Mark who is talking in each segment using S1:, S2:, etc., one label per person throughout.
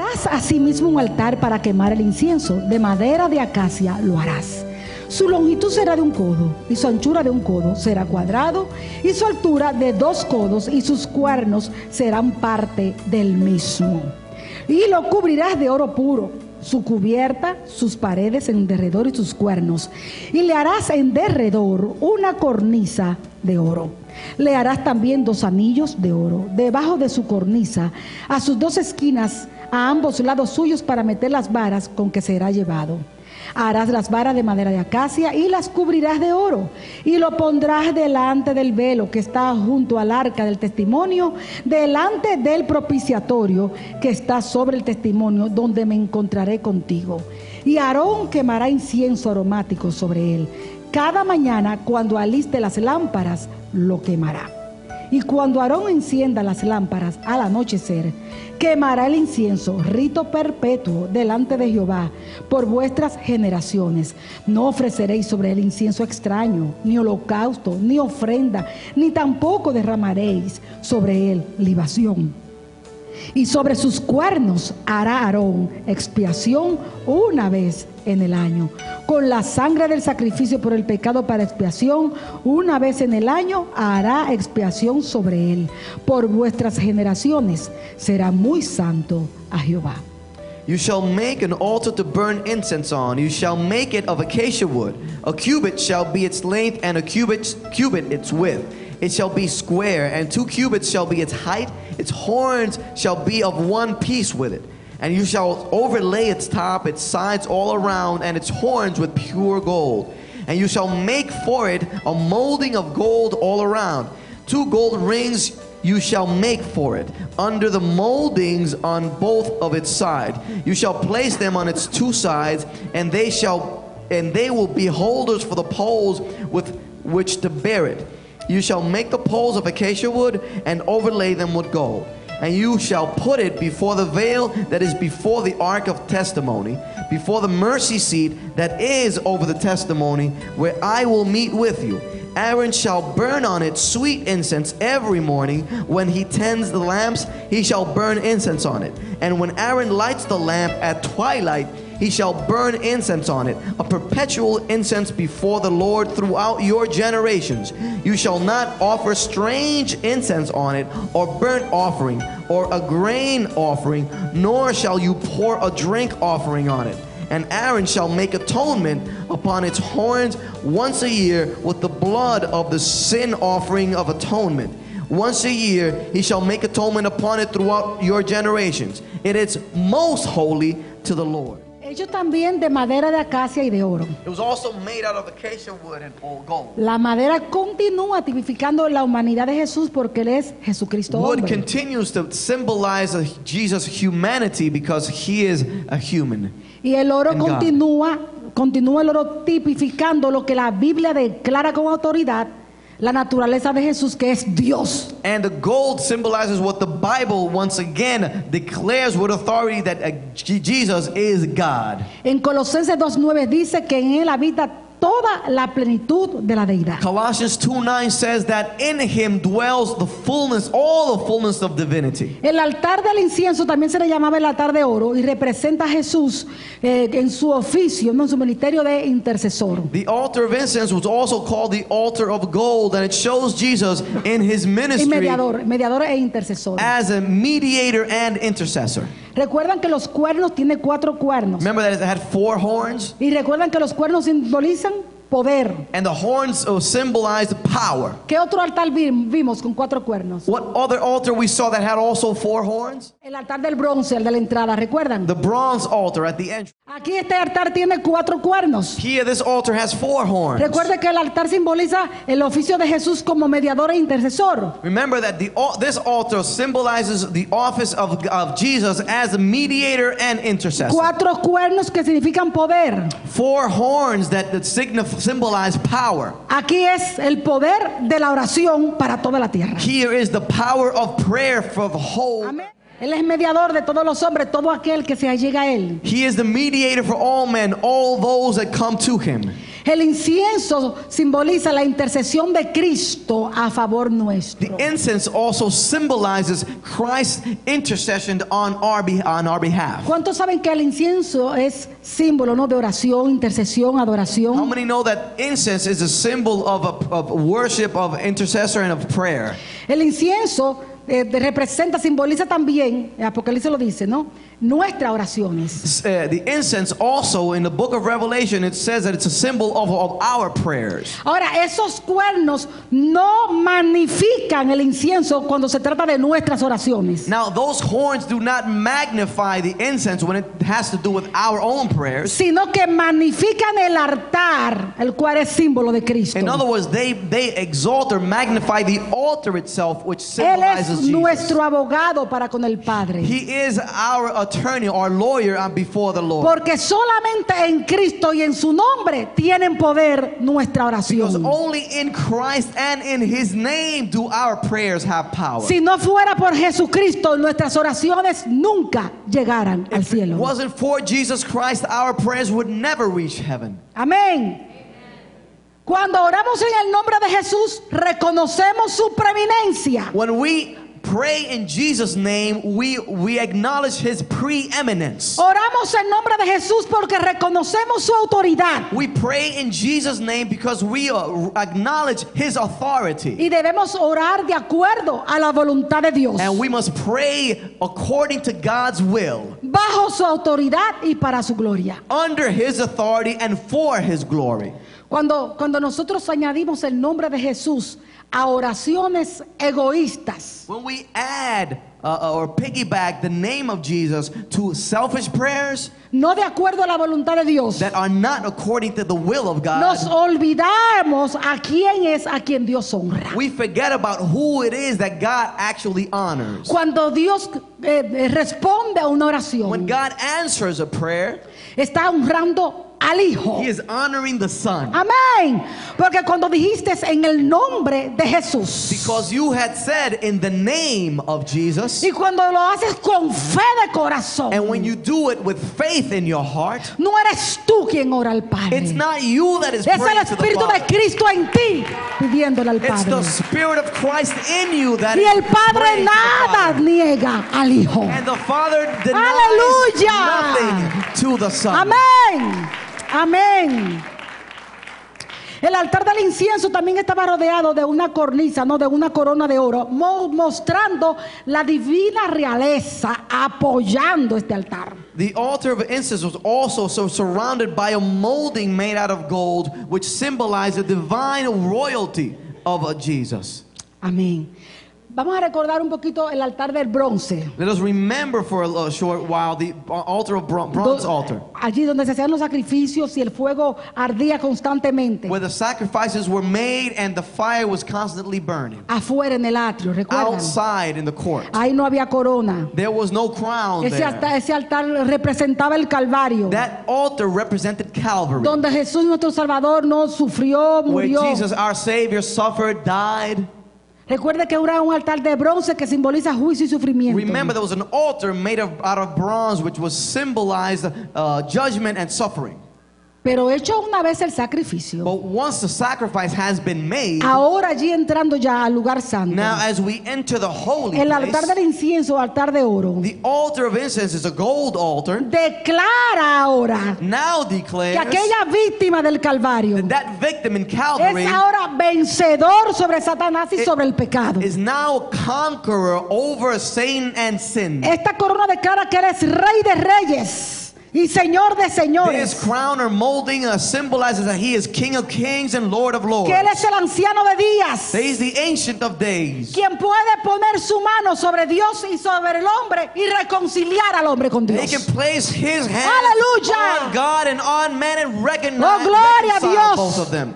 S1: Haz asimismo un altar para quemar el incienso. De madera de acacia lo harás. Su longitud será de un codo, y su anchura de un codo será cuadrado, y su altura de dos codos, y sus cuernos serán parte del mismo. Y lo cubrirás de oro puro, su cubierta, sus paredes en derredor y sus cuernos. Y le harás en derredor una cornisa de oro. Le harás también dos anillos de oro debajo de su cornisa, a sus dos esquinas, a ambos lados suyos para meter las varas con que será llevado. Harás las varas de madera de acacia y las cubrirás de oro y lo pondrás delante del velo que está junto al arca del testimonio, delante del propiciatorio que está sobre el testimonio donde me encontraré contigo. Y Aarón quemará incienso aromático sobre él. Cada mañana cuando aliste las lámparas lo quemará. Y cuando Aarón encienda las lámparas al anochecer, quemará el incienso, rito perpetuo, delante de Jehová, por vuestras generaciones. No ofreceréis sobre el incienso extraño, ni holocausto, ni ofrenda, ni tampoco derramaréis sobre él libación. Y sobre sus cuernos hará Aarón expiación una vez en el año. Con la sangre del sacrificio por el pecado para expiación, una vez en el año hará expiación sobre él. Por vuestras generaciones será muy santo a Jehová.
S2: You shall make an altar to burn incense on. You shall make it of acacia wood. A cubit shall be its length, and a cubit, cubit its width. It shall be square, and two cubits shall be its height. Its horns shall be of one piece with it. And you shall overlay its top, its sides all around, and its horns with pure gold. And you shall make for it a molding of gold all around. Two gold rings you shall make for it under the moldings on both of its side you shall place them on its two sides and they shall and they will be holders for the poles with which to bear it you shall make the poles of acacia wood and overlay them with gold and you shall put it before the veil that is before the ark of testimony before the mercy seat that is over the testimony where i will meet with you Aaron shall burn on it sweet incense every morning. When he tends the lamps, he shall burn incense on it. And when Aaron lights the lamp at twilight, he shall burn incense on it, a perpetual incense before the Lord throughout your generations. You shall not offer strange incense on it, or burnt offering, or a grain offering, nor shall you pour a drink offering on it and Aaron shall make atonement upon its horns once a year with the blood of the sin offering of atonement. Once a year he shall make atonement upon it throughout your generations. It is most holy to the Lord.
S1: Hecho también de madera de acacia y de oro.
S2: It was also made out of acacia wood and old gold.
S1: La madera continúa tipificando la humanidad de Jesús porque Él es Jesucristo.
S2: Wood
S1: hombre.
S2: continues to symbolize uh, Jesus' humanity because he is a human.
S1: Y el oro
S2: And God.
S1: continúa, continúa el oro tipificando lo que la Biblia declara con autoridad, la naturaleza de Jesús que es Dios.
S2: And the gold symbolizes what the Bible once again declares with authority that uh, J- Jesus is God.
S1: En Colosenses 2.9 dice que en Él habita toda la plenitud de la deidad.
S2: Colossians 2 9 says that in him dwells the fullness, all the fullness of divinity.
S1: El altar del incienso también se le llamaba el altar de oro y representa a Jesús eh, en su oficio, ¿no? en su ministerio de intercesor.
S2: The altar of incense was also called the altar of gold, and it shows Jesus in his
S1: Y
S2: ministry Ah.
S1: mediador, mediador e intercesor.
S2: as a mediator and intercessor.
S1: Recuerdan que los cuernos tienen cuatro cuernos.
S2: Remember that it had four horns,
S1: Y recuerdan que los cuernos simbolizan poder.
S2: and the horns uh, symbolized power.
S1: ¿Qué otro altar vi- vimos con cuatro cuernos?
S2: What other altar we saw that had also four horns?
S1: El altar del bronce, el de la entrada, ¿recuerdan?
S2: The bronze altar at the entrance.
S1: Aquí este altar tiene cuatro cuernos.
S2: Here, this altar has four horns.
S1: Recuerde que el altar simboliza el oficio de Jesús como mediador e intercesor.
S2: Remember that the, al- this altar symbolizes the office of, of Jesus as a mediator and intercessor.
S1: Cuatro cuernos que significan poder.
S2: Four horns that, that signif- symbolize power.
S1: Aquí es el poder de la oración para toda la tierra.
S2: Here is the power of prayer for the whole.
S1: Amén. Él es mediador de todos los hombres, todo aquel que se allega a Él.
S2: He is the mediator for all men, all those that come to him.
S1: El incienso simboliza la intercesión de Cristo a favor nuestro.
S2: The incense also symbolizes Christ's intercession on our, be- on our behalf.
S1: ¿Cuántos saben que el incienso es símbolo no de oración, intercesión,
S2: How
S1: adoración?
S2: many know that incense is a symbol of, a, of worship, of intercessor, and of prayer?
S1: El incienso eh, de- representa, simboliza también, el Apocalipsis lo dice, ¿no? Nuestras oraciones.
S2: S- uh, the incense also in the book of Revelation, it says that it's a symbol of, of our prayers.
S1: Ahora, esos cuernos no magnifican el incienso cuando se trata de nuestras oraciones,
S2: Now, those horns do not magnify the incense when it has to do with our own prayers.
S1: sino que magnifican el altar, el cual es símbolo de Cristo.
S2: In other words, they, they exalt or magnify the altar itself, which
S1: Él es
S2: symbolizes Jesus.
S1: nuestro abogado para con el Padre.
S2: He is our attorney, our lawyer uh, before the Lord.
S1: Porque solamente en Cristo y en su nombre tienen poder nuestra
S2: Because
S1: oración.
S2: only in Christ and in His name do our prayers have power.
S1: Si no fuera por Jesucristo, nuestras oraciones nunca llegaran al
S2: if it
S1: cielo.
S2: wasn't for Jesus Christ, our prayers would never reach heaven.
S1: Amén. Cuando oramos en el nombre de Jesús, reconocemos su preeminencia.
S2: When we pray in Jesus' name, we, we acknowledge His
S1: Oh.
S2: preeminence.
S1: Oramos en nombre de Jesús porque reconocemos su autoridad.
S2: We pray in Jesus' name because we uh, acknowledge His authority.
S1: Y debemos orar de acuerdo a la voluntad de Dios.
S2: And we must pray according to God's will,
S1: Bajo su autoridad y para su gloria.
S2: under His authority, and for His glory.
S1: Cuando, cuando nosotros añadimos el nombre de Jesús a oraciones egoístas,
S2: When we add uh, or piggyback the name of Jesus to selfish prayers
S1: no de acuerdo a la voluntad de Dios,
S2: that are not according to the will of God,
S1: nos olvidamos a quién es a quien Dios honra.
S2: we forget about who it is that God actually honors.
S1: Cuando Dios eh, responde a una
S2: When
S1: oración,
S2: God answers a prayer,
S1: está honrando al Hijo.
S2: He is honoring the Son.
S1: Amén. Porque cuando dijiste en el nombre de Jesús,
S2: Because you had said in the name of Jesus,
S1: y cuando lo haces con fe de corazón,
S2: and when you do it with faith in your heart,
S1: no eres tú quien ora al
S2: it's
S1: Padre.
S2: not you that is
S1: Es el
S2: praying to the
S1: Espíritu de
S2: Father.
S1: Cristo en ti pidiéndole al
S2: It's the
S1: Padre.
S2: Spirit of Christ in you that
S1: Y
S2: is
S1: el Padre
S2: praying to the
S1: nada
S2: Father.
S1: niega al Hijo.
S2: And the Father denies
S1: Hallelujah.
S2: nothing to the Son.
S1: Amén. Amén. El altar del incienso también estaba rodeado de una cornisa, no de una corona de oro, mo- mostrando la divina realeza apoyando este altar.
S2: The altar of incense was also so surrounded by a molding made out of gold, which symbolized the divine royalty of uh, Jesus.
S1: Amén. Vamos a recordar un poquito el altar del bronce.
S2: Let us remember for a little short while the uh, altar of bron- bronze
S1: Do-
S2: altar,
S1: Allí donde se hacían los sacrificios y el fuego ardía constantemente.
S2: where the sacrifices were made and the fire was constantly burning.
S1: Afuera en el atrio, recuerdan.
S2: Outside in the court,
S1: Ahí no había corona.
S2: there was no crown
S1: Ese
S2: there.
S1: alta- ese altar, representaba el Calvario,
S2: That altar represented Calvary,
S1: donde Jesús nuestro Salvador no sufrió,
S2: where
S1: murió.
S2: Jesus, our Savior, suffered, died.
S1: Recuerde que era un altar de bronce que simboliza juicio y sufrimiento.
S2: Remember, there was an altar made of, out of bronze, which was symbolized uh, judgment and suffering.
S1: Pero hecho una vez el sacrificio,
S2: But once the sacrifice has been made,
S1: ahora allí entrando ya al lugar santo,
S2: now as we enter the holy
S1: el altar
S2: place,
S1: del incienso, altar de oro,
S2: the altar of incense is a gold altar.
S1: declara ahora
S2: Now
S1: que
S2: declares
S1: aquella víctima del Calvario
S2: that that victim in Calvary
S1: es ahora vencedor sobre Satanás y
S2: It-
S1: sobre el pecado.
S2: is now a conqueror over Satan and sin.
S1: Esta corona declara que eres rey de reyes y señor de
S2: This
S1: señores.
S2: crown or molding uh, symbolizes that he is King of kings and Lord of lords.
S1: Que él es el anciano de días.
S2: That he's the ancient of days.
S1: Quien puede poner su mano sobre Dios y sobre el hombre y reconciliar al hombre con
S2: They can
S1: Dios.
S2: place his hand
S1: Hallelujah.
S2: on God and on man and recognize
S1: Oh, gloria a
S2: reconcile
S1: Dios.
S2: both of them.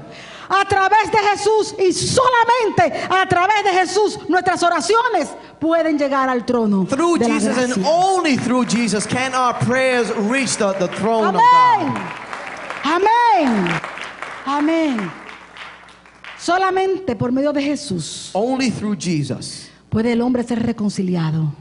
S1: A través de Jesús y solamente a través de Jesús nuestras oraciones pueden llegar al trono.
S2: Through
S1: de la
S2: Jesus and
S1: gracia.
S2: only through Jesus can our prayers reach the, the throne of
S1: Amén.
S2: God.
S1: Amén. Amén. Solamente por medio de Jesús
S2: Only through Jesus
S1: puede el hombre ser reconciliado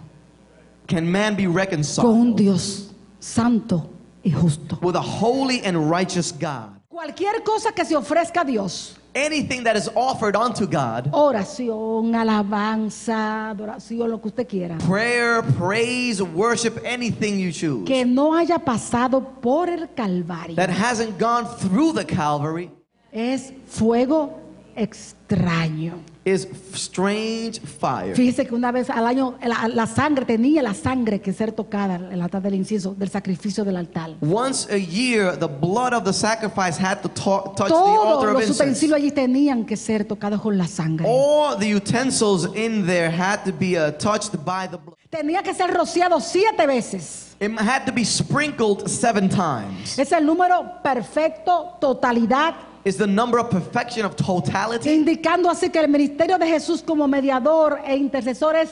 S2: can man be reconciled
S1: con un Dios santo y justo.
S2: with a holy and righteous God.
S1: Cualquier cosa que se ofrezca a Dios,
S2: Anything that is offered unto God,
S1: oración, alabanza, adoración, lo que usted quiera,
S2: prayer, praise, worship, anything you choose,
S1: que no haya pasado por el Calvario,
S2: that hasn't gone through the Calvary
S1: es fuego extraño.
S2: is strange fire.
S1: Fíjese que una vez al año la, la sangre tenía la sangre que ser tocada en el altar del incienso, del sacrificio del altar.
S2: Once a year, the blood of the sacrifice had to to- touch the
S1: Todos
S2: altar of
S1: los
S2: incense. Oh.
S1: utensilios allí tenían que ser tocados con la sangre.
S2: All the utensils in there had to be uh, touched by the blood.
S1: Tenía que ser rociado siete veces.
S2: It had to be sprinkled seven times.
S1: Es el número perfecto, totalidad,
S2: It's the number of perfection of totality,
S1: indicando así que el ministerio de Jesús como mediador e intercesor es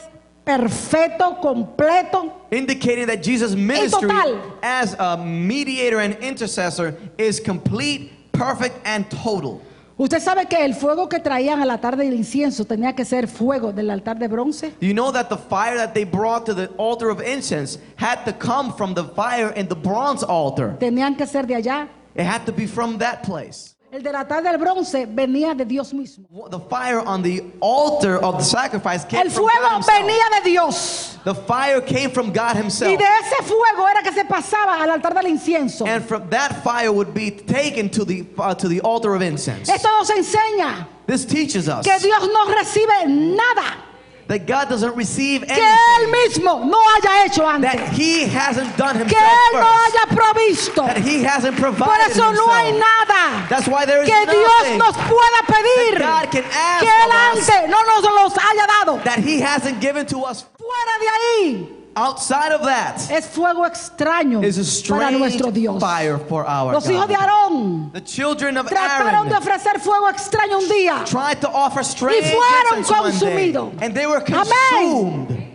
S1: perfecto, completo.
S2: indicating that Jesus' ministry
S1: total.
S2: as a mediator and intercessor is complete, perfect, and total.
S1: Usted sabe que el fuego que traían al altar del incienso tenía que ser fuego del altar de bronce.
S2: You know that the fire that they brought to the altar of incense had to come from the fire in the bronze altar.
S1: Tenían que ser de allá,
S2: It had to be from that place.
S1: El delatar del bronce venía de Dios mismo.
S2: The fire on the altar of the sacrifice came
S1: El
S2: from God
S1: fuego
S2: himself.
S1: venía de Dios.
S2: The fire came from God
S1: Y
S2: himself.
S1: de ese fuego era que se pasaba al altar del incienso.
S2: And from that fire would be taken to the uh, to the altar of incense.
S1: Esto nos enseña
S2: This teaches us
S1: Eh, que Dios no recibe nada
S2: that God doesn't receive
S1: que Él
S2: anything
S1: mismo no haya hecho
S2: that
S1: antes.
S2: he hasn't done
S1: Que
S2: himself
S1: Él no
S2: first.
S1: haya provisto.
S2: That he hasn't
S1: Por
S2: provided
S1: eso no hay
S2: himself.
S1: nada
S2: That's why there is
S1: que Dios
S2: nothing
S1: nos pueda pedir
S2: that God can ask
S1: que Él
S2: of us.
S1: antes no nos los haya dado.
S2: that he hasn't given to us.
S1: Fuera de ahí
S2: Outside of that
S1: es fuego extraño
S2: is a
S1: Eh, para
S2: strange
S1: nuestro Dios.
S2: fire for our
S1: Los hijos
S2: God.
S1: de Aarón
S2: The children of
S1: trataron de
S2: Aaron
S1: ofrecer fuego extraño un día.
S2: tried to offer strange
S1: fueron
S2: incense one day,
S1: consumidos.
S2: and they were
S1: Amén.
S2: consumed.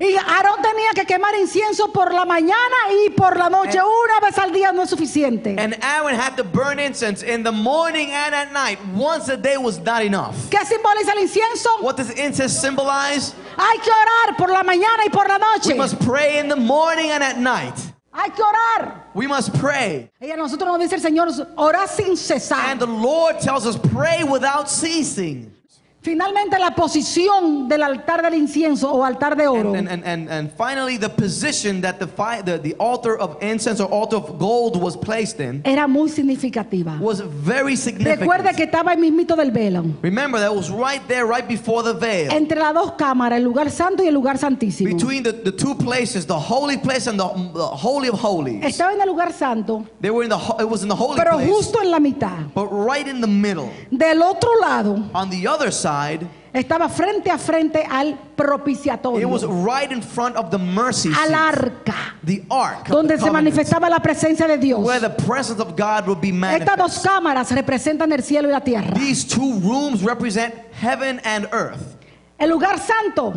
S1: Y Aarón tenía que quemar incienso por la mañana y por la noche. Una vez al día no es suficiente.
S2: And Aaron had to burn incense in the morning and at night. Once a day was not enough.
S1: ¿Qué simboliza el incienso?
S2: What does incense symbolize?
S1: Hay que orar por la mañana y por la
S2: We
S1: noche.
S2: must pray in the morning and at night.
S1: Hay que orar.
S2: We must pray.
S1: Y a nosotros nos dice el Señor, orar sin
S2: And
S1: cesar.
S2: the Lord tells us, pray without ceasing.
S1: Finalmente la posición del altar del incienso o altar de oro
S2: And, and, and, and, and finally, the position that the, fi- the, the altar of incense or altar of gold was placed in
S1: era muy significativa.
S2: was very significant.
S1: Recuerda que estaba el mismito del velo.
S2: Remember, that was right there, right before the veil.
S1: Entre las dos cámaras, el lugar santo y el lugar santísimo.
S2: Between the, the two places, the holy place and the, the holy of holies.
S1: Estaba en el lugar santo,
S2: They were in the ho- it was in the holy
S1: pero
S2: place,
S1: justo en la mitad.
S2: but right in the middle.
S1: Del otro lado
S2: On the other side,
S1: estaba frente a frente al
S2: it was
S1: propiciatorio,
S2: right in front of the mercy seat,
S1: al arca,
S2: the ark, of
S1: donde
S2: the
S1: se
S2: covenant,
S1: manifestaba la presencia de Dios.
S2: where the presence of God would be
S1: Estas
S2: manifest.
S1: dos cámaras representan el cielo y la tierra.
S2: These two rooms represent heaven and earth.
S1: El lugar santo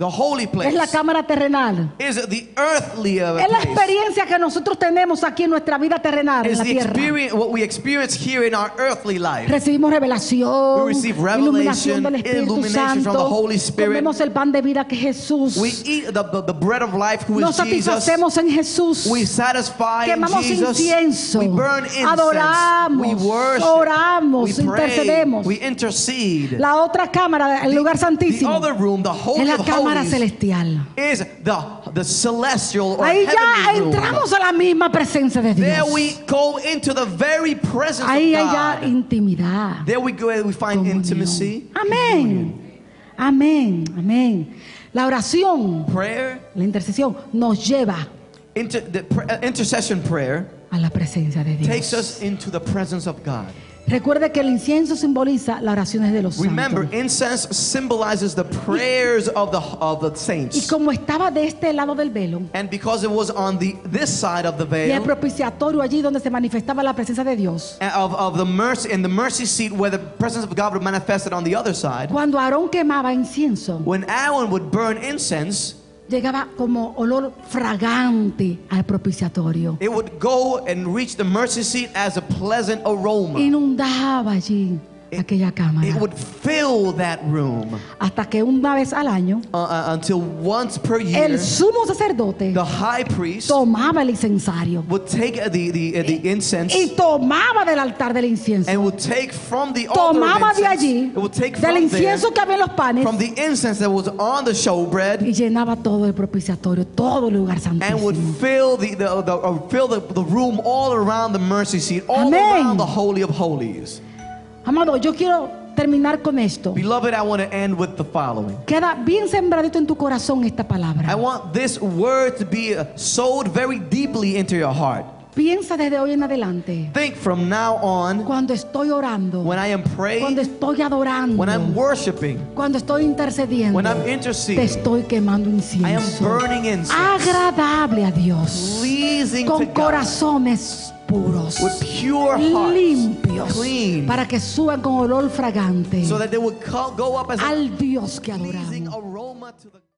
S2: The holy
S1: es la
S2: place
S1: cámara terrenal.
S2: is the earthly uh,
S1: Es la
S2: place.
S1: experiencia que nosotros tenemos aquí en nuestra vida terrenal, en
S2: Is
S1: la
S2: the
S1: tierra.
S2: experience what we experience here in our earthly life.
S1: Recibimos
S2: We
S1: revelación,
S2: receive
S1: iluminación
S2: revelation,
S1: del Espíritu
S2: illumination from the
S1: Santo.
S2: Holy Spirit.
S1: Comemos el pan de vida que es Jesús.
S2: We eat the, the, the bread of life who
S1: Nos
S2: is Jesus.
S1: satisfacemos en Jesús.
S2: We satisfy in
S1: Quemamos
S2: Jesus.
S1: incienso.
S2: We burn incense.
S1: Adoramos.
S2: We worship.
S1: Oramos.
S2: We pray.
S1: Intercedemos.
S2: We intercede.
S1: La otra cámara, el lugar
S2: the
S1: santísimo,
S2: other room, the holy
S1: es la
S2: of
S1: cámara
S2: holies,
S1: celestial.
S2: is the the celestial or
S1: Ahí ya
S2: heavenly room.
S1: entramos a la misma presencia de
S2: There
S1: Dios.
S2: we go into the very presence
S1: Ahí
S2: of
S1: hay
S2: God.
S1: ya intimidad.
S2: there we go. We find
S1: comunión.
S2: intimacy,
S1: Amén. Amén. Amén. La oración,
S2: prayer,
S1: la intercesión nos lleva
S2: inter, the, pr- uh, intercession prayer
S1: a la presencia de
S2: takes
S1: Dios.
S2: us into the presence of God.
S1: Recuerde que el incienso simboliza las oraciones de los
S2: Remember,
S1: santos.
S2: incense symbolizes the prayers of the of the
S1: Y
S2: saints.
S1: como estaba de este lado del velo,
S2: And because it was on the this side of the
S1: y el
S2: veil
S1: propiciatorio allí donde se manifestaba la presencia de Dios.
S2: of, of the mercy in the mercy seat where the presence of God would manifest it on the other side,
S1: Cuando Aarón quemaba incienso,
S2: when Aaron would burn incense,
S1: llegaba como olor fragante al propiciatorio.
S2: it would go and reach the mercy seat as a pleasant aroma.
S1: Inundaba allí aquella
S2: It
S1: cámara.
S2: would fill that room
S1: Hasta que una vez al año,
S2: uh, uh, until once per year,
S1: el sumo sacerdote
S2: the high priest
S1: tomaba el incensario
S2: would take uh, the, the, uh, the incense
S1: y tomaba del altar del incienso.
S2: and would take from the altar of
S1: Tomaba de
S2: incense,
S1: allí,
S2: it would take
S1: del
S2: from, there,
S1: incienso que había en los panes,
S2: from the incense that was on the showbread
S1: y llenaba todo el propiciatorio, todo el lugar
S2: and would
S1: santísimo.
S2: fill the, the, the, uh, fill the, the room all around the mercy seat, all
S1: Amén.
S2: around the Holy of Holies.
S1: Amado, yo quiero terminar con esto.
S2: Beloved, I want to end with the following.
S1: Queda bien sembradito en tu corazón esta
S2: I
S1: palabra.
S2: want this word to be uh, sowed very deeply into your heart.
S1: Piensa desde hoy en adelante.
S2: Think from now on,
S1: Cuando estoy orando,
S2: when I am
S1: cuando
S2: praying,
S1: estoy adorando,
S2: when I'm worshiping,
S1: cuando estoy intercediendo,
S2: when I'm
S1: te
S2: interceding,
S1: estoy quemando
S2: I am
S1: incienso.
S2: burning incense,
S1: Agradable a Dios.
S2: pleasing to
S1: Con
S2: God
S1: corazones puros,
S2: with pure hearts,
S1: limpios,
S2: clean,
S1: para que suban con olor fragante
S2: so that they would co- go up as a
S1: al Dios que adoramos.
S2: pleasing aroma to the